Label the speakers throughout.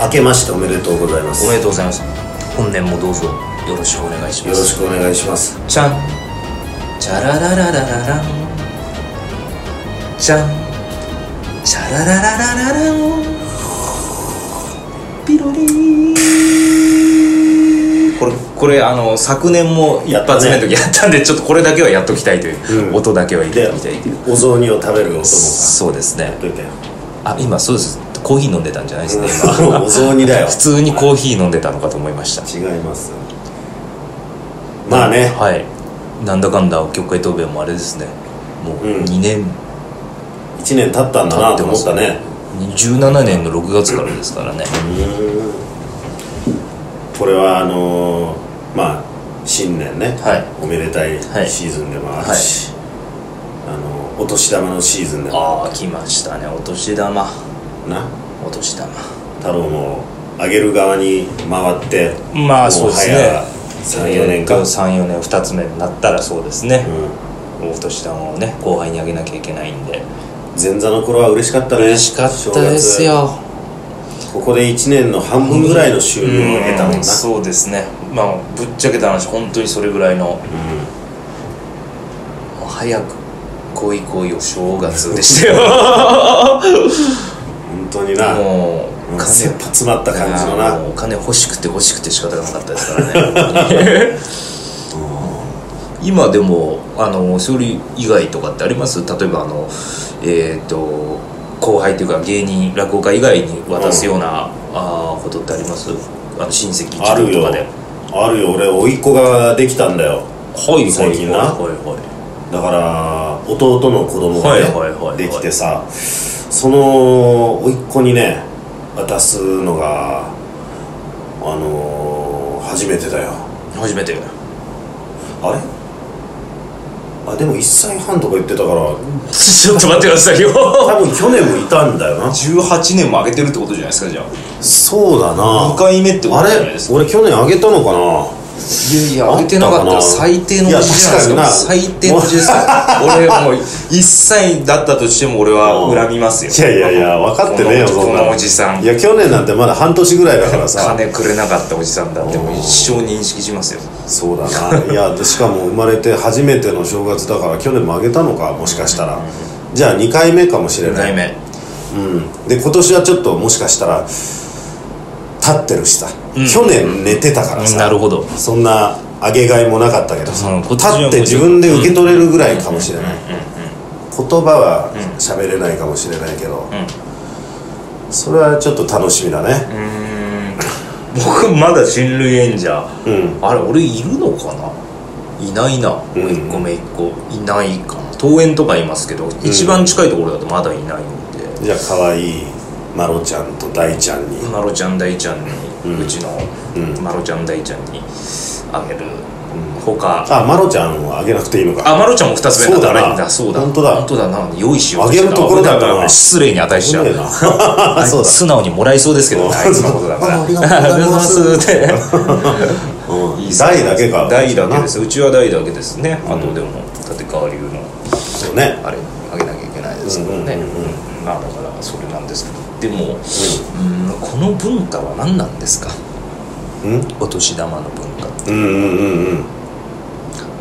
Speaker 1: 明けましておめでとうございますよ
Speaker 2: おめでとうございます本年もどうぞよろしくお願いしま
Speaker 1: ろ
Speaker 2: す
Speaker 1: しくお願いします
Speaker 2: じゃんチャラララララランじゃんチャラララララランピロリンこれこれあの昨年も一
Speaker 1: やったね
Speaker 2: 発目の時やったんでちょっとこれだけはやっときたいという、
Speaker 1: うん
Speaker 2: 音だけは入れ
Speaker 1: で
Speaker 2: てみたいという
Speaker 1: お雑煮を食べる音もさ
Speaker 2: そうですね
Speaker 1: 出て
Speaker 2: あ今そうですコーヒー飲んでたんじゃないですね、
Speaker 1: お雑煮だよ
Speaker 2: 普通にコーヒー飲んでたのかと思いました
Speaker 1: 違いますまあね
Speaker 2: はいなんだかんだ曲会答弁もあれですねもう
Speaker 1: うん
Speaker 2: 2年、
Speaker 1: 1年経ったんだなと思ったね
Speaker 2: 17年の6月からですからね
Speaker 1: これはあのーまあ新年ね、
Speaker 2: はい
Speaker 1: おめでたい
Speaker 2: はい
Speaker 1: シーズンでもあるし、あのお年玉のシーズンでも
Speaker 2: ああ来ましたねお年玉
Speaker 1: な
Speaker 2: お年玉
Speaker 1: 太郎もあげる側に回って
Speaker 2: まあそうですね
Speaker 1: 34年間、
Speaker 2: 34年2つ目になったらそうですね、
Speaker 1: う
Speaker 2: お年玉をね後輩にあげなきゃいけないん
Speaker 1: ん、
Speaker 2: で
Speaker 1: 前座の頃は嬉しかったね
Speaker 2: 嬉しかったですよ
Speaker 1: 正月ここで1年の半分ぐらいの収入を得たもんな、
Speaker 2: うんそうですねまあぶっちゃけた話本当にそれぐらいのもう早く恋恋を正月 でしたよ
Speaker 1: 本当にな
Speaker 2: もう
Speaker 1: うん切羽詰まった感じの
Speaker 2: あ
Speaker 1: な
Speaker 2: ーお金欲しくて欲しくて仕方がなかったですからね 今でもあのそれ以外とかってあります例えばあのえっ、と後輩というか芸人落語家以外に渡すような、あーことってありますあの親戚一
Speaker 1: あ
Speaker 2: 同
Speaker 1: る
Speaker 2: と
Speaker 1: よ
Speaker 2: かで
Speaker 1: あるよ俺甥っ子ができたんだよ
Speaker 2: はいはい
Speaker 1: 最近な
Speaker 2: はい
Speaker 1: だから弟の子供がね、
Speaker 2: はいはいはいはい
Speaker 1: できてさその甥っ子にね渡すのがあのー、初めてだよ
Speaker 2: はい初めて
Speaker 1: あれあでも1歳半とか言ってたから
Speaker 2: ちょっと待ってくださいよ
Speaker 1: 多分去年もいたんだよな
Speaker 2: 18年も上げてるってことじゃないですかじゃあ
Speaker 1: そうだな
Speaker 2: 2回目ってこと
Speaker 1: あ
Speaker 2: じゃないで
Speaker 1: れ
Speaker 2: すか
Speaker 1: 俺去年あげたのかない
Speaker 2: やいや、上げてなかったら最低の字じゃないですか。
Speaker 1: いや確かにな
Speaker 2: 最低の字ですから。俺、もう、一歳だったとして も俺は恨みますよ。
Speaker 1: いやいやいや分かってねえよ
Speaker 2: この
Speaker 1: そんな
Speaker 2: このおじさん
Speaker 1: いや去年なんてまだ半年ぐらいだからさ
Speaker 2: 金くれなかったおじさんだって、もう一生認識しますよ。
Speaker 1: そうだ ないやしかも生まれて初めての正月だから去年もあげたのかもしかしたらじゃあ2回目かもしれ
Speaker 2: 2
Speaker 1: な
Speaker 2: 回
Speaker 1: い、
Speaker 2: 目。
Speaker 1: うん、で今年はちょっともしかしたら立ってるしさ、
Speaker 2: うん
Speaker 1: 去年寝てたからさ、
Speaker 2: なるほど。
Speaker 1: そんなあげがいもなかったけどさ、
Speaker 2: うんこっち
Speaker 1: 立
Speaker 2: は
Speaker 1: って自分で受け取れるぐらいかもしれない言葉は喋れないかもしれないけど、それはちょっと楽しみだね
Speaker 2: 僕、まだ親類演者。
Speaker 1: うん
Speaker 2: あれ、俺いるのかないないな。
Speaker 1: うん
Speaker 2: 一個目一個。いないかな。登園とかいますけど、一番近いところだとまだいないんで。
Speaker 1: じゃあ可愛いマロちゃんと大ちゃんに
Speaker 2: マロちゃん大ちゃんに、う
Speaker 1: うん
Speaker 2: ちの、
Speaker 1: うん
Speaker 2: マロちゃん大ちゃんにあげる、ほか
Speaker 1: あマロちゃんはあげなくていいのか
Speaker 2: あマロちゃんも2つ目
Speaker 1: そうだな
Speaker 2: あれだそうだ
Speaker 1: 本当だ
Speaker 2: 本当だな用意しよう
Speaker 1: あげるところだったな
Speaker 2: 俺から失礼に値しちゃう
Speaker 1: ごめんな
Speaker 2: あいつ
Speaker 1: そうだ
Speaker 2: 素直にもらいそうですけどねあいつのことだから
Speaker 1: あありがとうございます
Speaker 2: ありがとうございま すって
Speaker 1: うん
Speaker 2: いいっすね
Speaker 1: 大だけか
Speaker 2: 大だけですうちは大だけですねあとでも立川流の
Speaker 1: そうね
Speaker 2: あれあげなきゃいけないですけどね
Speaker 1: うんうんうんうん
Speaker 2: うんまあだからそれなんですけどでも、うんこの文化は何なんですか
Speaker 1: うん
Speaker 2: お年玉の文化って
Speaker 1: うんうんうんうん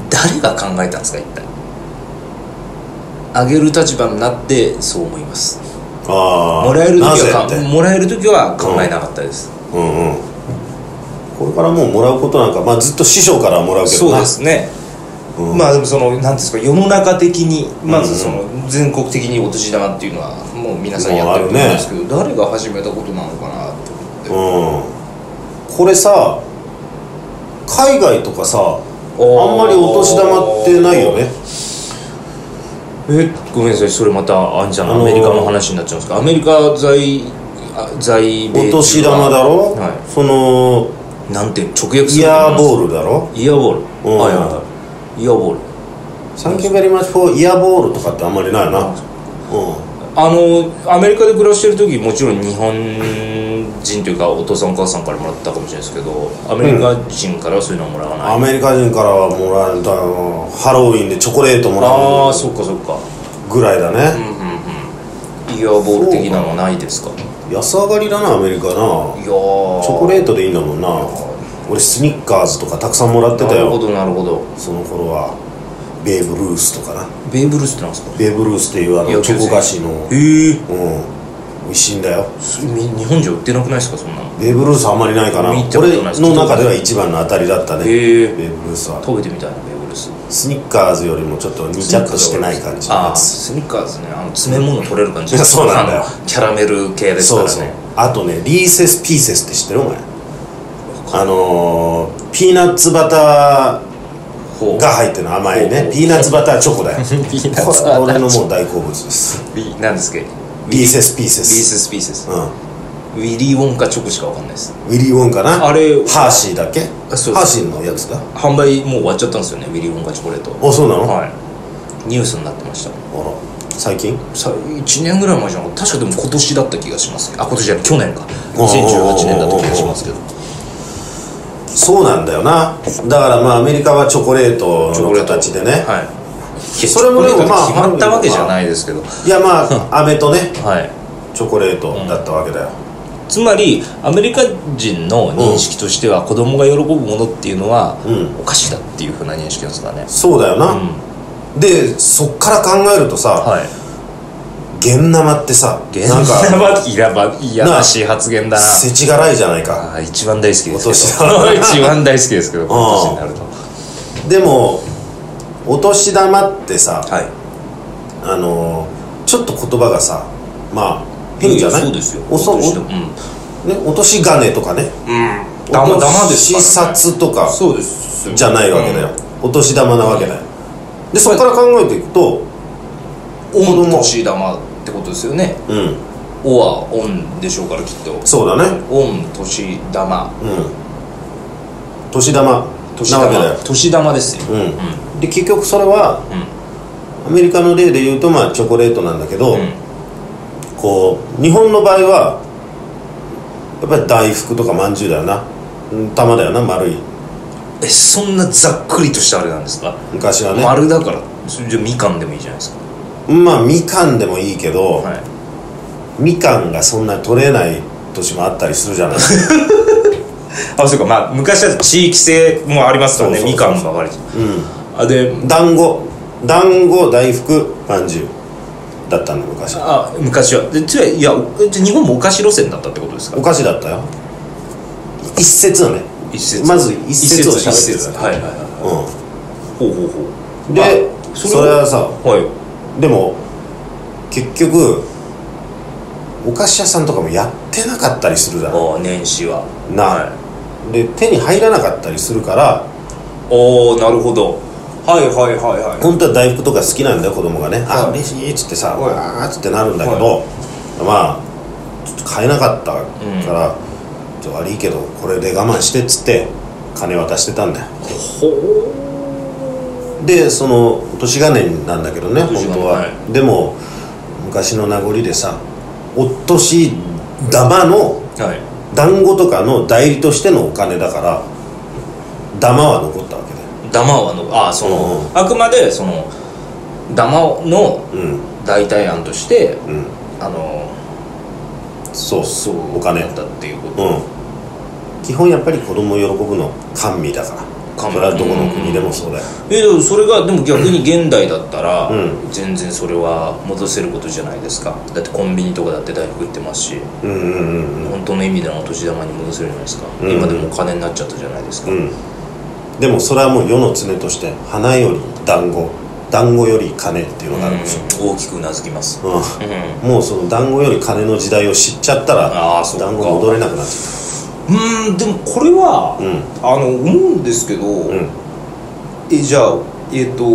Speaker 2: 誰が考えたんですか一体あげる立場になってそう思います
Speaker 1: ああ
Speaker 2: もらえる時
Speaker 1: なぜ
Speaker 2: は
Speaker 1: って
Speaker 2: かもらえる時は考えなかったです、
Speaker 1: うんうんこれからもうもらうことなんかまあずっと師匠からはもらうけど
Speaker 2: そう
Speaker 1: な
Speaker 2: ですね、
Speaker 1: うん
Speaker 2: まあでもその何ていうんですか世の中的にまずその全国的にお年玉っていうのはもう皆さんやってると思うんですけど、誰が始めたことなのかなって
Speaker 1: う
Speaker 2: 思って、
Speaker 1: んこれさ海外とかさあんまりお年玉ってないよね
Speaker 2: えごめんなさいそれまたあんちゃん
Speaker 1: あの
Speaker 2: ア
Speaker 1: ー
Speaker 2: メリカの話になっちゃうんですかアメリカ在あ在米
Speaker 1: お年玉だろ、
Speaker 2: は
Speaker 1: その
Speaker 2: いなんて直訳す
Speaker 1: イ
Speaker 2: る
Speaker 1: ヤー
Speaker 2: ル
Speaker 1: ボールだろ
Speaker 2: イヤーボール、
Speaker 1: うん
Speaker 2: はいはいイヤーボール
Speaker 1: サンキューベリーマッチフォーイヤーボールとかってあんまりないなう
Speaker 2: あのアメリカで暮らしてる時もちろん日本人というかお父さんお母さんからもらったかもしれないですけどアメリカ人からはそういうのはもらわ
Speaker 1: ん
Speaker 2: ない、
Speaker 1: アメリカ人からはもらえたのハロウィンでチョコレートもら
Speaker 2: ああ
Speaker 1: う
Speaker 2: そっかそっか
Speaker 1: ぐらいだね
Speaker 2: イヤーボール的なのはないですか
Speaker 1: 安上がりだなアメリカなチ
Speaker 2: いやチョ
Speaker 1: ョコレ
Speaker 2: ー
Speaker 1: ートでいいんだもんな俺スニッカーズとかたくさんもらってた
Speaker 2: なるほ
Speaker 1: よ
Speaker 2: どなるほど
Speaker 1: その頃はベーブ・ルースとかな
Speaker 2: ベーブ・ルースってなんですか
Speaker 1: ベーブ・ルースっていうあ
Speaker 2: いや
Speaker 1: のチョコ菓子のうん
Speaker 2: ええ
Speaker 1: 美味しいんだよ
Speaker 2: 日本じゃ売ってなくないですかそんなの
Speaker 1: ベーブ・ルースあんまりないかな
Speaker 2: 見たこ
Speaker 1: 俺
Speaker 2: とないです
Speaker 1: の中では一番の当たりだったね
Speaker 2: へ
Speaker 1: ベ
Speaker 2: え
Speaker 1: ーブ・ルースは
Speaker 2: 食べてみたいなベーブ・ルース
Speaker 1: スニッカーズよりもちょっとにちゃっとしてない感じの
Speaker 2: あ
Speaker 1: や
Speaker 2: あ
Speaker 1: つ
Speaker 2: スニッカーズねあの詰め物取れる感じ
Speaker 1: いや そうなんだよ
Speaker 2: あのキャラメル系ですか
Speaker 1: そ
Speaker 2: ら
Speaker 1: う
Speaker 2: ね
Speaker 1: そうあとねリーセス・ピーセスって知ってるお前あのー、ピーナッツバタ
Speaker 2: ほ
Speaker 1: ーが入ってるの甘い
Speaker 2: ほ
Speaker 1: ね
Speaker 2: う
Speaker 1: ピーナッツバターチョコだよ
Speaker 2: ピーナッツ
Speaker 1: こ
Speaker 2: バ
Speaker 1: れ
Speaker 2: ター
Speaker 1: 俺のもう大好物です
Speaker 2: うビなんですっけ
Speaker 1: リーセス・ピーセ
Speaker 2: ビー
Speaker 1: ス
Speaker 2: セスピーセス
Speaker 1: うん
Speaker 2: ウィリー・ウォンカチョコしかわかんないです
Speaker 1: ウィリー・ウォンかな
Speaker 2: あれ
Speaker 1: ハーシーだっけ
Speaker 2: あそうで
Speaker 1: ハ
Speaker 2: す
Speaker 1: ーシーのやつか
Speaker 2: 販売もう終わっちゃったんですよねウィリー・ウォンカチョコレート
Speaker 1: あそうなの、
Speaker 2: はいニュースになってました
Speaker 1: あら最近
Speaker 2: さ1年ぐらい前じゃなかった確かでも今年だった気がしますあ今年じゃない去年か
Speaker 1: おうおうおうおう
Speaker 2: 2018年だった気がしますけど
Speaker 1: そうなんだよなだからまあアメリカはチョコレート
Speaker 2: チョコ
Speaker 1: の
Speaker 2: レート
Speaker 1: 形でね、
Speaker 2: はい
Speaker 1: それもでもまあ
Speaker 2: 決まったわけじゃないですけど
Speaker 1: い、やま あ飴とね
Speaker 2: はい
Speaker 1: チョコレートだったわけだよ、
Speaker 2: つまりアメリカ人の認識としては子供が喜ぶものっていうのは
Speaker 1: うん
Speaker 2: お菓子だっていうふうな認識なんですかね
Speaker 1: そうだよ
Speaker 2: う
Speaker 1: な、
Speaker 2: ん
Speaker 1: でそっから考えるとさ、
Speaker 2: はい
Speaker 1: ゲン生ってさ
Speaker 2: 現
Speaker 1: なんか
Speaker 2: いやばいやらしい発言だな
Speaker 1: 世知辛いじゃないか
Speaker 2: あー一番大好きですけど
Speaker 1: お年
Speaker 2: 一番大好きですけど今年になると
Speaker 1: でもお年玉ってさ
Speaker 2: はい
Speaker 1: あのーちょっと言葉がさまあ変じゃない
Speaker 2: そうですよ
Speaker 1: おそお,、
Speaker 2: 今年で
Speaker 1: ね
Speaker 2: も、
Speaker 1: お年金とかね
Speaker 2: うんだまだまですからね
Speaker 1: 視察とか
Speaker 2: そうです
Speaker 1: じゃないわけだよ、お年玉なわけだよ、でそこから考えていくと
Speaker 2: うん
Speaker 1: 子供
Speaker 2: お年玉ってことですよね
Speaker 1: うん
Speaker 2: おはオンでしょうからきっと
Speaker 1: そうだね
Speaker 2: オン年玉
Speaker 1: うん年玉
Speaker 2: 年
Speaker 1: なわけだよ
Speaker 2: 玉年玉ですよ
Speaker 1: うん、で結局それは、アメリカの例で言うとまあチョコレートなんだけど、
Speaker 2: うん
Speaker 1: こう日本の場合はやっぱり大福とかまんじゅうだよなうん玉だよな丸い
Speaker 2: えそんなざっくりとしたあれなんですか
Speaker 1: 昔はね
Speaker 2: 丸だからそれじゃあみかんでもいいじゃないですか
Speaker 1: まあみかんでもいいけど、
Speaker 2: はい
Speaker 1: みかんがそんなに取れない年もあったりするじゃない
Speaker 2: あそうかまあ昔は地域性もありますからね
Speaker 1: そうそう
Speaker 2: み
Speaker 1: そう
Speaker 2: かんばかり
Speaker 1: う
Speaker 2: あで
Speaker 1: ん団子団子大福まんじゅうだったんだ昔は
Speaker 2: あ昔はでつまりいやえじゃあ日本もお菓子路線だったってことですか
Speaker 1: お菓子だったよ一説のね
Speaker 2: 一節
Speaker 1: まず一節を
Speaker 2: 一節
Speaker 1: 喋って
Speaker 2: 一節
Speaker 1: る
Speaker 2: はいはいは
Speaker 1: うん
Speaker 2: いほうほうほう
Speaker 1: で
Speaker 2: あ
Speaker 1: そ
Speaker 2: そ
Speaker 1: れ
Speaker 2: れ
Speaker 1: はさ
Speaker 2: ははい
Speaker 1: でも結局お菓子屋さんとかもやってなかったりするじゃん
Speaker 2: ああ年始は
Speaker 1: な
Speaker 2: はい
Speaker 1: で手に入らなかったりするから
Speaker 2: おーなるほどはいはいはいはい
Speaker 1: 本当は大福とか好きなんだよ子供がね「あ
Speaker 2: はい
Speaker 1: 嬉しい」っつってさ「
Speaker 2: はい
Speaker 1: わー」っつってなるんだけど、
Speaker 2: は
Speaker 1: まあちょっと買えなかったから、ちょっと悪いけどこれで我慢してっつって金渡してたんだよ
Speaker 2: ほ
Speaker 1: でその年金なんだけどね本
Speaker 2: 年金
Speaker 1: 当は、
Speaker 2: はい
Speaker 1: でも昔の名残でさお年玉の
Speaker 2: うはい
Speaker 1: 団子とかの代理としてのお金だから玉は残ったわけだよ
Speaker 2: ダマはのあその、あくまでそのダマの
Speaker 1: うん
Speaker 2: 代替案として
Speaker 1: うん
Speaker 2: あの
Speaker 1: そう
Speaker 2: そう
Speaker 1: お金
Speaker 2: だったっていうこと、
Speaker 1: うん基本やっぱり子供喜ぶの甘味だから
Speaker 2: 甘味
Speaker 1: それはどこの国でもそうだよ、
Speaker 2: えでもそれがでも逆に現代だったら、
Speaker 1: うん
Speaker 2: 全然それは戻せることじゃないですかだってコンビニとかだって大福売ってますし
Speaker 1: うん、うんうんうん
Speaker 2: 本当の意味でのお年玉に戻せるじゃないですか、
Speaker 1: うん
Speaker 2: 今でもお金になっちゃったじゃないですか、
Speaker 1: うんでもそれはもう世の常として花より団子団子より金っていうのがあるんですよ、
Speaker 2: 大きくうなずきます、
Speaker 1: うん
Speaker 2: うん
Speaker 1: もうその団子より金の時代を知っちゃったら
Speaker 2: あーそうか
Speaker 1: 団子戻れなくなっち
Speaker 2: うーんでもこれは、
Speaker 1: うん
Speaker 2: あの思うんですけど、
Speaker 1: ゃううん
Speaker 2: えじゃあえっ、と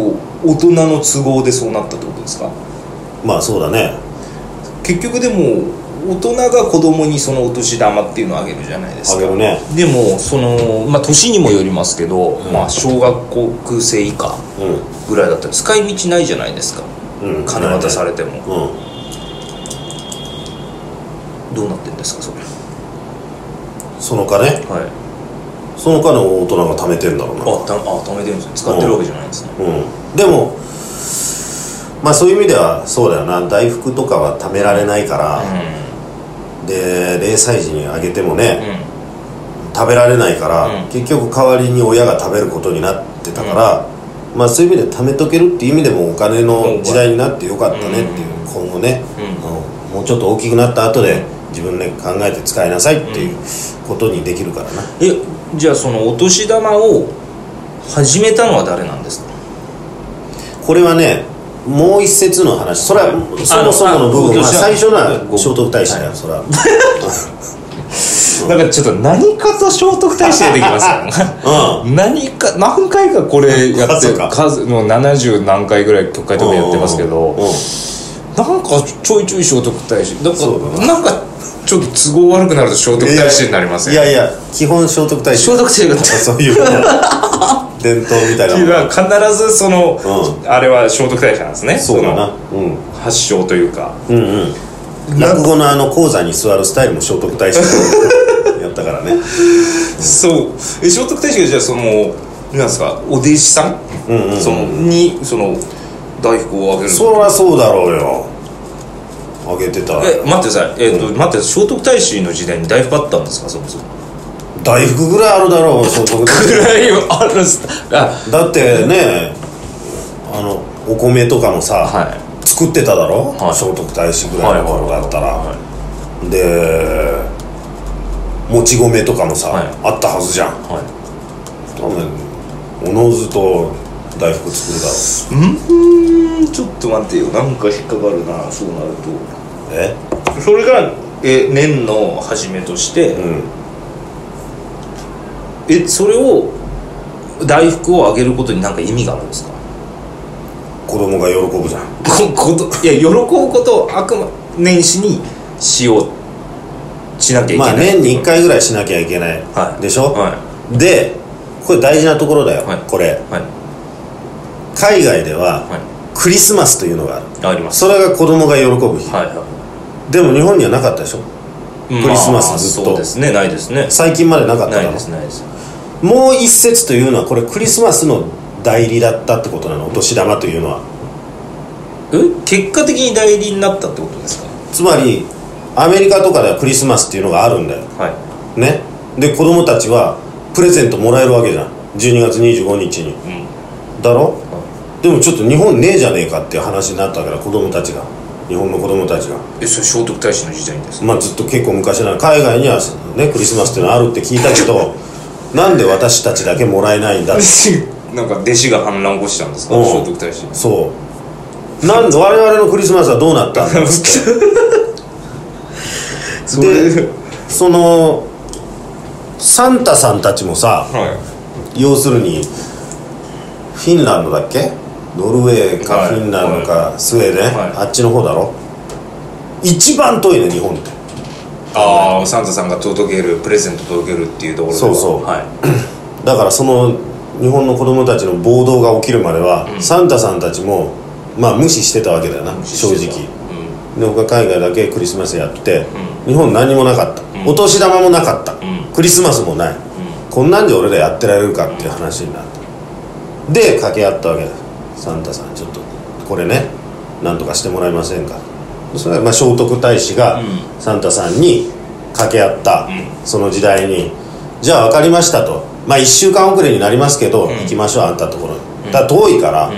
Speaker 2: 大人の都合でそうなったってことですか
Speaker 1: まあそうだね
Speaker 2: 結局でも大人が子供にそのお年玉っていうのをあげるじゃないです
Speaker 1: あ
Speaker 2: か
Speaker 1: げるね
Speaker 2: でもそのまあ年にもよりますけど、
Speaker 1: うん
Speaker 2: まあ小学校生以下
Speaker 1: う
Speaker 2: ぐらいだったら使い道ないじゃないですか
Speaker 1: ん、うん、
Speaker 2: 金渡さ
Speaker 1: れ
Speaker 2: れても、
Speaker 1: うん
Speaker 2: どうなってんですかそれ
Speaker 1: その金
Speaker 2: はい
Speaker 1: その金を大人が貯めてんだろうな
Speaker 2: あたあ貯めてるんですね使ってるわけじゃないんですね
Speaker 1: うん、でもまあそういう意味ではそうだよな大福とかは貯められないから、で0歳児にあげてもね、食べられないから、
Speaker 2: うん
Speaker 1: 結局代わりに親が食べることになってたから、まあそういう意味で貯めとけるっていう意味でもお金の時代になってよかったねっていう、今後ね、
Speaker 2: うん
Speaker 1: あのもうちょっと大きくなった後で自分で考えて使いなさいっていうことにできるからな、
Speaker 2: えじゃあそのお年玉を始めたのは誰なんですか
Speaker 1: これはねもう一節の話それはそもそもの部分、まあ、
Speaker 2: あのあご
Speaker 1: 最初のは
Speaker 2: ご
Speaker 1: 聖徳太子だよ、それは
Speaker 2: だからちょっと何かと聖徳太子出てきますよ
Speaker 1: うん
Speaker 2: 何か何回かこれやっ
Speaker 1: 数
Speaker 2: て
Speaker 1: か
Speaker 2: 数もう70何回ぐらい曲会とかやってますけ
Speaker 1: うん
Speaker 2: どなんかちょいちょい聖徳太子
Speaker 1: そう
Speaker 2: なんかなんかちょっと都合悪くなると聖徳太子になりません
Speaker 1: いやいや基本聖徳太
Speaker 2: 聖
Speaker 1: 子
Speaker 2: 徳太子が
Speaker 1: そう いうもの伝統みたいなもの
Speaker 2: は必ずその、
Speaker 1: う
Speaker 2: あれは聖徳太子なんですね
Speaker 1: そうだ
Speaker 2: の
Speaker 1: な、うん、
Speaker 2: 発祥というか
Speaker 1: うんうん落語のあの講座に座るスタイルも聖徳 太子のやったからね
Speaker 2: そうえ聖徳太子がじゃあそのなんですかお弟子さん、
Speaker 1: うんうん
Speaker 2: そのにその大福をあげる
Speaker 1: そりゃそうだろうよあげてた
Speaker 2: え待ってください、えっと待って聖徳太子の時代に大福あったんですかそもそも
Speaker 1: 大福ぐらいあるだろう聖徳太子
Speaker 2: ぐらいあるんす あ
Speaker 1: だってねあのお米とかもさ、
Speaker 2: は
Speaker 1: 作ってただろ、
Speaker 2: はい
Speaker 1: 聖徳太子ぐらいの頃だったら、
Speaker 2: はいはい
Speaker 1: でもち米とかもさ、
Speaker 2: はい
Speaker 1: あったはずじゃん
Speaker 2: い、はい
Speaker 1: 多分おのずと大福作るだろ
Speaker 2: うーんちょっと待ってよなんか引っかかるなそうなる
Speaker 1: うえ
Speaker 2: とそれがえ年の初めとして、
Speaker 1: うん
Speaker 2: えそれを大福をあげることに何か意味があるんですか
Speaker 1: 子供が喜ぶじゃん
Speaker 2: ここといや喜ぶことをあくま年始にしようしなきゃいけな
Speaker 1: ま
Speaker 2: い
Speaker 1: あ年に1回ぐらいしなきゃいけない、
Speaker 2: はい
Speaker 1: でしょ、
Speaker 2: は
Speaker 1: でこれ大事なところだよ、
Speaker 2: はい
Speaker 1: これ
Speaker 2: いはい
Speaker 1: 海外では
Speaker 2: は
Speaker 1: クリスマスというのがある
Speaker 2: いあります
Speaker 1: それが子供が喜ぶ日、
Speaker 2: はいは
Speaker 1: でも日本にはなかったでしょ
Speaker 2: い
Speaker 1: クリスマスずっと
Speaker 2: そうですねないですね
Speaker 1: 最近までなかった
Speaker 2: な
Speaker 1: だ
Speaker 2: い
Speaker 1: ろ
Speaker 2: ですないです
Speaker 1: もう一節というのはこれクリスマスの代理だったってことなのお年玉というのは
Speaker 2: え結果的に代理になったってことですか
Speaker 1: つまりアメリカとかではクリスマスっていうのがあるんだよ
Speaker 2: は
Speaker 1: ねで子供たちはプレゼントもらえるわけじゃん12月25日に
Speaker 2: いうん
Speaker 1: だろでもちょっと日本ねえじゃねえかっていう話になったから子供たちが日本の子供たちが
Speaker 2: えそれ聖徳太子の時代にですか
Speaker 1: まあずっと結構昔なの海外にはねクリスマスっていうのはあるって聞いたけどなんで私たちだけもらえないんだって
Speaker 2: なんか弟子が反乱を起こしたんですか
Speaker 1: うん
Speaker 2: 聖徳太子
Speaker 1: そうなんで我々のクリスマスはどうなったんだっつって
Speaker 2: そ
Speaker 1: でそのサンタさんたちもさ
Speaker 2: は
Speaker 1: 要するにフィンランドだっけノルウェー
Speaker 2: は
Speaker 1: か
Speaker 2: い
Speaker 1: フィンランドかスウェーデン、
Speaker 2: はい
Speaker 1: あっちの方だろ一番遠いね日本って
Speaker 2: いああサンタさんが届けるプレゼント届けるっていうところで
Speaker 1: そ
Speaker 2: は
Speaker 1: うそう
Speaker 2: はい
Speaker 1: だからその日本の子供たちの暴動が起きるまでは、サンタさんたちもまあ無視してたわけだよな正直
Speaker 2: う
Speaker 1: で僕は海外だけクリスマスやって、日本何もなかった、お年玉もなかった、
Speaker 2: ん
Speaker 1: クリスマスもない、こんなんで俺らやってられるかっていう話になってで掛け合ったわけだサンタさんちょっとこれねなんとかしてもらえませんかそれはまあ聖徳太子が
Speaker 2: う
Speaker 1: サンタさんに掛け合った、
Speaker 2: う
Speaker 1: その時代にじゃあ分かりましたとまあ1週間遅れになりますけど、行きましょうあんたところに、だから遠いから、
Speaker 2: ん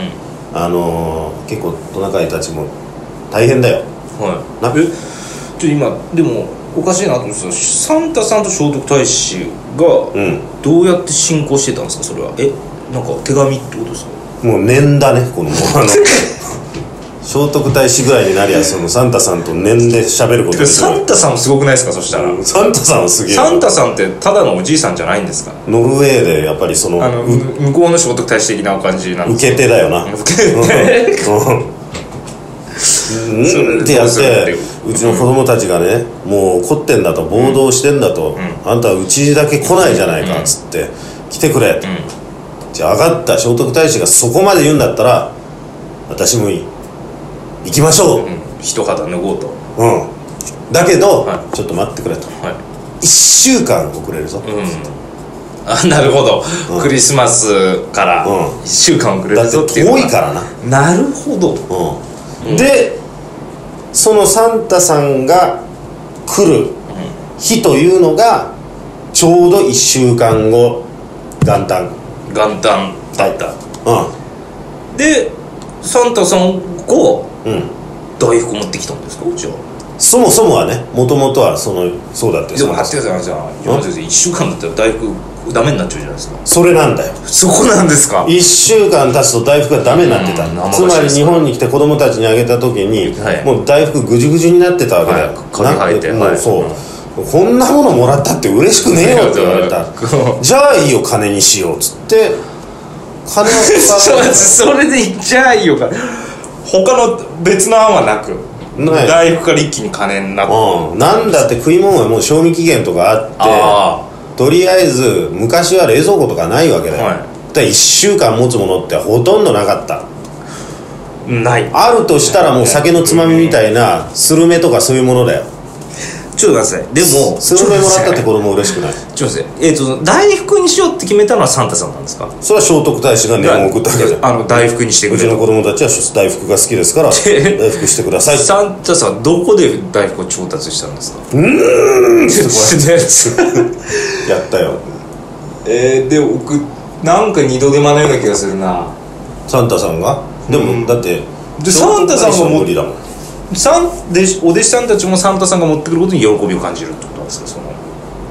Speaker 1: あのー結構トナカイたちも大変だよ
Speaker 2: はい
Speaker 1: な
Speaker 2: ちょ今でもおかしいなと思ってたサンタさんと聖徳太子が
Speaker 1: うん
Speaker 2: どうやって進行してたんですかそれはえなんか手紙ってことですか
Speaker 1: もう年だねこのもうあの 聖徳太子ぐらいになりゃそのサンタさんと年で喋ることにす
Speaker 2: サ
Speaker 1: る
Speaker 2: ンタさんもすごくないですかそしたら
Speaker 1: サンタさんはすげえ
Speaker 2: サンタさんってただのおじいさんじゃないんですか
Speaker 1: ノルウェーでやっぱりその
Speaker 2: あのむ向こうの聖徳太子的な感じなんです
Speaker 1: 受け手だよな
Speaker 2: 受けて
Speaker 1: うん
Speaker 2: それ
Speaker 1: うんってやっ
Speaker 2: どうするってい
Speaker 1: て
Speaker 2: う
Speaker 1: うちの子供たちがねもう怒ってんだと暴動してんだと、あんたはうちだけ来ないじゃないかっつって、来てくれと、じゃあ上がった聖徳太子がそこまで言うんだったら私もいい行きましょう、
Speaker 2: うん一肌脱ごうと
Speaker 1: うん、だけど、
Speaker 2: は
Speaker 1: ちょっと待ってくれと
Speaker 2: はい
Speaker 1: 1週間遅れるぞ、
Speaker 2: うんあなるほど、クリスマスから
Speaker 1: うん
Speaker 2: 1週間遅れ
Speaker 1: だ
Speaker 2: る
Speaker 1: っ
Speaker 2: ぞってていうの
Speaker 1: 遠
Speaker 2: が
Speaker 1: いからな、
Speaker 2: なるほど
Speaker 1: うんでそのサンタさんが来る日というのがちょうど1週間後元旦
Speaker 2: 元旦だった
Speaker 1: う
Speaker 2: でサンタさ
Speaker 1: ん
Speaker 2: んが
Speaker 1: うん
Speaker 2: 大福持ってきたんですかうちは
Speaker 1: そもそもはねもともとはそのそうだって
Speaker 2: でも張ってくださいじゃあ山崎さん1週間だったら大福ダメになっちゃうじゃないですか
Speaker 1: それなんだよ
Speaker 2: そこなんですか
Speaker 1: 1週間経つと大福がダメになってた、
Speaker 2: うん
Speaker 1: つまり日本に来て子供たちにあげた時に、
Speaker 2: はい
Speaker 1: もう大福ぐじゅぐじゅになってたわけだよ、
Speaker 2: はいカビ生えて
Speaker 1: なんも
Speaker 2: は
Speaker 1: う
Speaker 2: い
Speaker 1: そう、こんなものもらったって嬉しくねえよって言われ たじゃあいいよ金にしようっつって金を使
Speaker 2: そううそれでいっちゃいいよか他の別の案はなく
Speaker 1: ない
Speaker 2: 大福から一気に金になって
Speaker 1: うん、なんだって食い物はもう賞味期限とかあって
Speaker 2: あ
Speaker 1: とりあえず昔は冷蔵庫とかないわけだよ、
Speaker 2: はい
Speaker 1: だから1週間持つものってほとんどなかった
Speaker 2: あない
Speaker 1: あるとしたらもう酒のつまみみたいなスルメとかそういうものだよ
Speaker 2: ちょっと待ってくださいでも
Speaker 1: スルメもらったって
Speaker 2: こ
Speaker 1: 子供嬉しくない
Speaker 2: ちょっと待ってえっと大福にしようって決めたのはサンタさんなんですか
Speaker 1: それは聖徳太子が念を送ったわけだよ
Speaker 2: あの大福にしてく
Speaker 1: うち
Speaker 2: れ
Speaker 1: の
Speaker 2: と
Speaker 1: 子供たちは大福が好きです から大福してください
Speaker 2: サンタさんどこで大福を調達したんですか
Speaker 1: うん
Speaker 2: すごい
Speaker 1: やったよ
Speaker 2: えー、で僕なんか二度手間のような気がするな
Speaker 1: サンタさんがでも、だって
Speaker 2: でサンタさんも
Speaker 1: も無理だもん
Speaker 2: サンでお弟子さんたちもサンタさんが持ってくることに喜びを感じるってことなんですか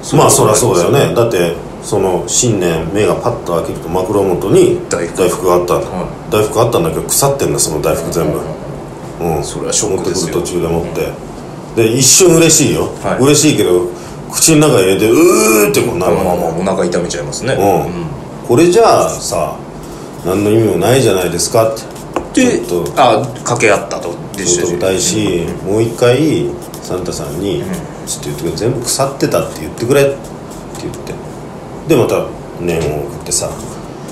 Speaker 2: その
Speaker 1: まあそりゃそうだよねだってその新年目がパッと開けると枕元に
Speaker 2: 大
Speaker 1: 大
Speaker 2: 福
Speaker 1: 福があったんだ、
Speaker 2: は
Speaker 1: 大福あったんだけど腐ってんだその大福全部、うん、
Speaker 2: それはショックですよ
Speaker 1: 持ってくる途中で持って、で一瞬嬉しいよ、
Speaker 2: はい
Speaker 1: 嬉しいけど口の中に入れてうーってこうな
Speaker 2: まあ
Speaker 1: る
Speaker 2: まあ
Speaker 1: わ
Speaker 2: まあお腹痛めちゃいますね
Speaker 1: け、うん、これじゃあさ何の意味もないじゃないですかって
Speaker 2: で
Speaker 1: ちょっと
Speaker 2: あ掛け合ったと弟
Speaker 1: 聖徳太子、もう一回サンタさんに「ちょっと言ってくれ全部腐ってたって言ってくれ」って言ってでまた念を送ってさ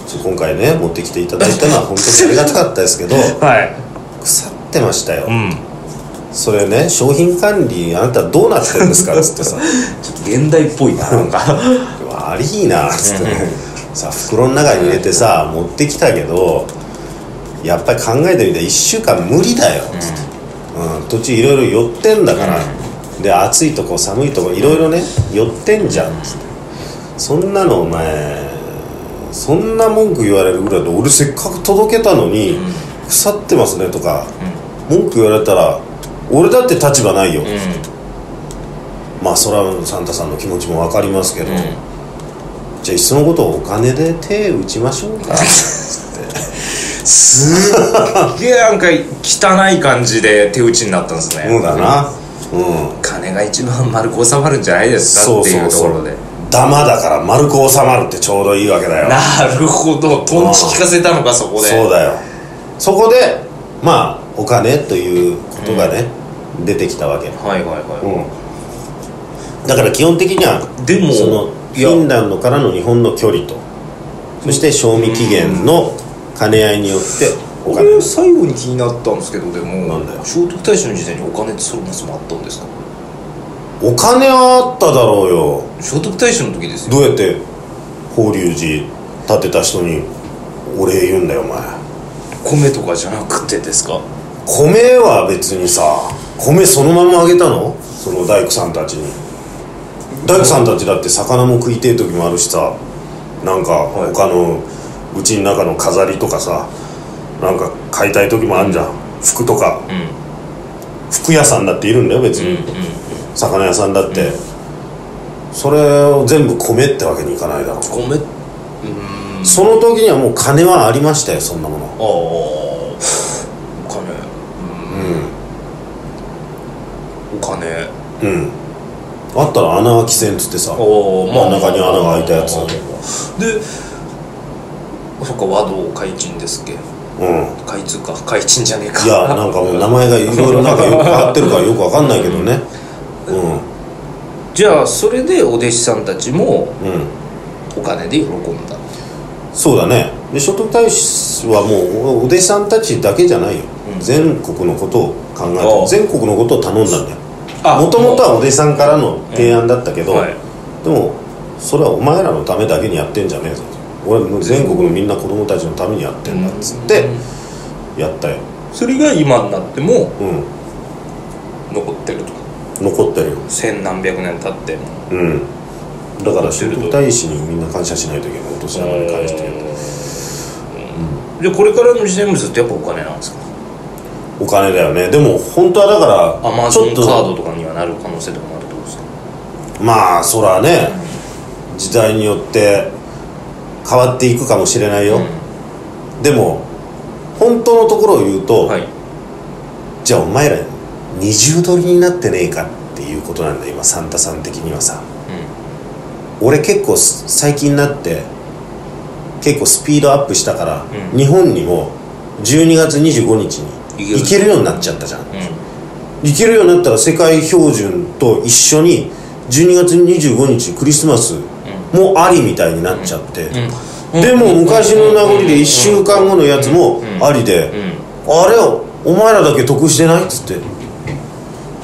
Speaker 1: ちょ今回ね持ってきていただいたのは本当にありがたかったですけど
Speaker 2: はい
Speaker 1: 腐ってましたよ
Speaker 2: うん
Speaker 1: それね商品管理あなたどうなってるんですかっつってさ「
Speaker 2: ちょっと現代っぽいななん か
Speaker 1: 悪いな」っつってねさ袋の中に入れてさ持ってきたけどやっぱり考えてみたら1週間無理だよつってうん、途中いろいろ寄ってんだから、で暑いとこ寒いとこいろいろね寄ってんじゃんつってそんなのお前そんな文句言われるぐらいで俺せっかく届けたのに、腐ってますねとか、文句言われたら俺だって立場ないよ、まあそれはサンタさんの気持ちも分かりますけど、じゃあいっそのことをお金で手打ちましょうか
Speaker 2: すっげえなんか汚い感じで手打ちになったんですね
Speaker 1: そうだなうん
Speaker 2: 金が一番丸く収まるんじゃないですかっていうところで
Speaker 1: ダマだから丸く収まるってちょうどいいわけだよ
Speaker 2: なるほどトンチ聞かせたのかそこで
Speaker 1: そうだよそこでまあお金ということがね、出てきたわけ、
Speaker 2: はいはいはい、
Speaker 1: だから基本的には
Speaker 2: でも
Speaker 1: そのフ
Speaker 2: いや
Speaker 1: ィンランドからの日本の距離とそして賞味期限の兼ね合いによってお金
Speaker 2: 俺最後に気になったんですけどでも
Speaker 1: なんだよ
Speaker 2: 聖徳太子の時代にお金ってそもそもあったんですか
Speaker 1: お金はあっただろうよ
Speaker 2: 聖徳太子の時ですよ
Speaker 1: どうやって法隆寺建てた人にお礼言うんだよお前
Speaker 2: 米とかじゃなくてですか
Speaker 1: 米は別にさ米そのままあげたのその大工さんたちに大工さんたちだって魚も食いてえ時もあるしさなんか他のうちの中の飾りとかさなんか買いたい時もあんじゃん、服とか
Speaker 2: うんうん
Speaker 1: 服屋さんだっているんだよ別に、魚屋さんだって、それを全部米ってわけにいかないだろう
Speaker 2: 米
Speaker 1: その時にはもう金はありましたよそんなもの
Speaker 2: ああお金うんお金
Speaker 1: うんあったら穴開きせんっつってさ
Speaker 2: お
Speaker 1: 真ん中に穴が開いたやつ
Speaker 2: でそっか和道開珍ですっけ
Speaker 1: うん
Speaker 2: 開通か開珍じゃねえか
Speaker 1: いやなんかもう名前がいろいろなんかよく変わってるからよくわかんないけどねうん
Speaker 2: じゃあそれでお弟子さんたちも
Speaker 1: うん
Speaker 2: お金で喜んだ
Speaker 1: そうだねで聖徳太子はもうお弟子さんたちだけじゃないよ、全国のことを考え
Speaker 2: あ
Speaker 1: て
Speaker 2: あ
Speaker 1: 全国のことを頼んだんだよ
Speaker 2: あ
Speaker 1: もともとはお弟子さんからの提案だったけど、
Speaker 2: はい
Speaker 1: でもそれはお前らのためだけにやってんじゃねえぞ俺もう全国のみんな子供たちのためにやってんだっつってやったよ
Speaker 2: それが今になっても
Speaker 1: うん
Speaker 2: 残ってると
Speaker 1: 残ってるよ
Speaker 2: 千何百年経っても
Speaker 1: うんだから聖徳太子にみんな感謝しないといけないお年玉に関して
Speaker 2: でこれからの時代もずっとやっぱお金なんですか
Speaker 1: お金だよねでも本当はだ
Speaker 2: ア
Speaker 1: か
Speaker 2: マ
Speaker 1: ら
Speaker 2: ゾ
Speaker 1: ちょ
Speaker 2: ン
Speaker 1: っ
Speaker 2: カー
Speaker 1: と
Speaker 2: ドとかにはなる可能性とかもあるってことですか
Speaker 1: まあそらね時代によって変わっていくかもしれないよ、でも本当のところを言うと、
Speaker 2: はい
Speaker 1: じゃあお前ら二重取りになってねえかっていうことなんだ今サンタさん的にはさ俺結構す最近になって結構スピードアップしたから、
Speaker 2: うん
Speaker 1: 日本にも12月25日に
Speaker 2: 行け
Speaker 1: 行け
Speaker 2: る
Speaker 1: るようになっちゃったじゃん
Speaker 2: うん
Speaker 1: 行けるようになったら世界標準と一緒に12月25日クリスマスもありみたいになっちゃって、
Speaker 2: うん
Speaker 1: でも昔の名残で1週間後のやつもありで、
Speaker 2: うん
Speaker 1: あれお前らだけ得してないっつって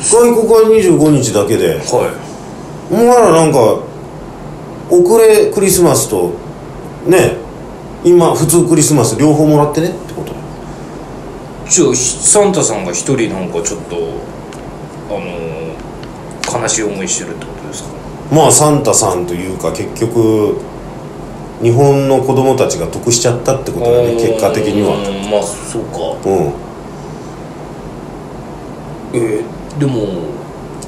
Speaker 1: 外国は25日だけで
Speaker 2: は
Speaker 1: お前らなんか遅れクリスマスとね今普通クリスマス両方もらってねってこと
Speaker 2: いじゃあサンタさんが一人なんかちょっとあのー悲しい思いしてるってことですか
Speaker 1: まあサンタさんというか結局日本の子供たちが得しちゃったってことだね結果的には
Speaker 2: うんまあそうか
Speaker 1: う
Speaker 2: えーでも
Speaker 1: ん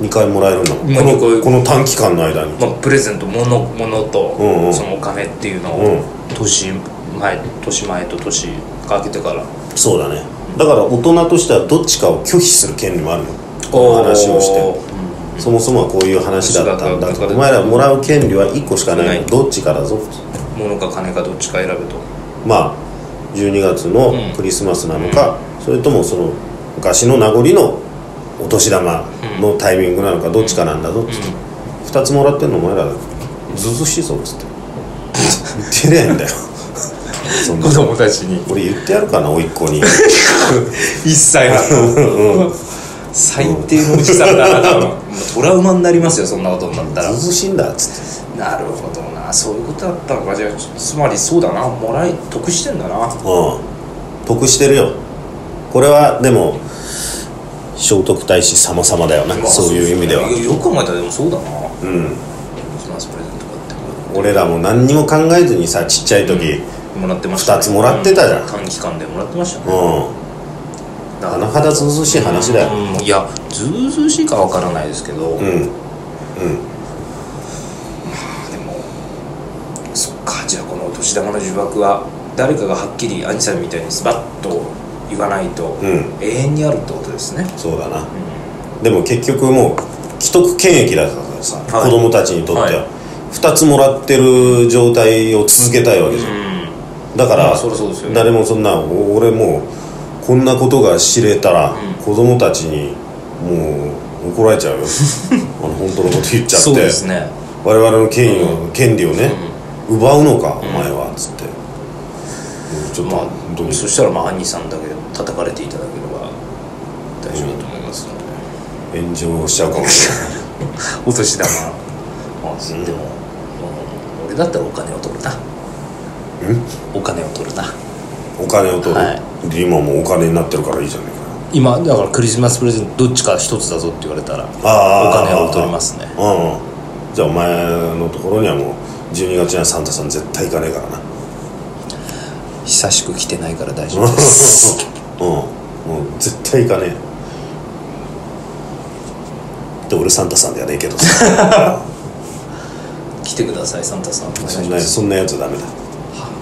Speaker 1: 2回もらえるんだもん
Speaker 2: まあ
Speaker 1: こ
Speaker 2: 二回
Speaker 1: のこの短期間の間に
Speaker 2: まあ、プレゼント物物と、
Speaker 1: うんうん
Speaker 2: そのお金っていうのを、
Speaker 1: うん
Speaker 2: 年前年前と年かけてから
Speaker 1: そうだねだから大人としてはどっちかを拒否する権利もあるのこの話をしてそもそもはこういう話だったんだ
Speaker 2: だから
Speaker 1: お前らもらう権利は1個しかな
Speaker 2: ないい
Speaker 1: どっちかだぞ
Speaker 2: 物か金かどっちか選べと
Speaker 1: まあ12月の
Speaker 2: うん
Speaker 1: クリスマスなのか、それともその昔の名残のお年玉のタイミングなのかどっちかなんだぞっつって、2つもらってんのお前らだずうずうしいぞっ つって言ってりゃいいんだよそんな
Speaker 2: 供たちに
Speaker 1: 俺言ってやるかな甥っ子に
Speaker 2: 一切半最低のおじさんだな多分もうトラウマになりますよそんなことになった
Speaker 1: ず
Speaker 2: ら
Speaker 1: うずうしいんだっつっ
Speaker 2: なるほどなそういうことだったのかじゃあつまりそうだなもらい得してんだな
Speaker 1: てうん得してるよこれはでも聖徳太子様様だよな、
Speaker 2: まあ
Speaker 1: そういう意味では
Speaker 2: そうですねよく考えたらでもそうだな
Speaker 1: うん
Speaker 2: クリスマスプレゼントかって
Speaker 1: 俺らも何にも考えずにさちっちゃい時、
Speaker 2: もらってました、
Speaker 1: 二つもらってたじゃん
Speaker 2: 短期間でもらってましたね
Speaker 1: う
Speaker 2: だ
Speaker 1: ん甚だずうずうしい話だよ
Speaker 2: うんいやずうずうしいかわからないですけど、
Speaker 1: うん
Speaker 2: で
Speaker 1: うん
Speaker 2: もそっかじゃあこのお年玉の呪縛は誰かがはっきり兄さんみたいにスパッと言わないと、
Speaker 1: うん
Speaker 2: 永遠にあるってことですね
Speaker 1: そうだな、でも結局もう既得権益だからさ、
Speaker 2: はい
Speaker 1: 子供たちにとっては、
Speaker 2: はい
Speaker 1: 2つもらってる状態を続けたいわけじゃん、
Speaker 2: う
Speaker 1: だから、
Speaker 2: まあそりゃそうですよね
Speaker 1: 誰もそんなお俺もうこんなことが知れたら、子供たちにもう怒られちゃう よあの本当のこと言っちゃって
Speaker 2: そうですね
Speaker 1: 我々の権威を、権利をね、奪うのかお前はつって、うんちょっと
Speaker 2: まあ
Speaker 1: 本当に
Speaker 2: そしたらまあ兄さんだけ叩かれていただければ大丈夫だと思いますので、
Speaker 1: 炎上しちゃうかもしれない
Speaker 2: お年玉あでも、うん俺だったらお金を取るなお金を取るな
Speaker 1: お金を取る、
Speaker 2: はい
Speaker 1: 今もうお金になってるからいいじゃないか
Speaker 2: 今だからクリスマスプレゼントどっちか一つだぞって言われたらお
Speaker 1: あー
Speaker 2: 金を取りますね
Speaker 1: うんうんじゃあお前のところにはもう12月にはサンタさん絶対行かねえ からな
Speaker 2: 久しく来てないから大丈夫です
Speaker 1: うんもう絶対行かねえで俺サンタさんではねえけどさ
Speaker 2: 来てくださいサンタ さんお願いし
Speaker 1: そん
Speaker 2: ま
Speaker 1: な
Speaker 2: す
Speaker 1: そんなやつはダメだ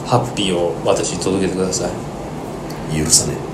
Speaker 2: ハッピーを私に届けてください
Speaker 1: 許さねえ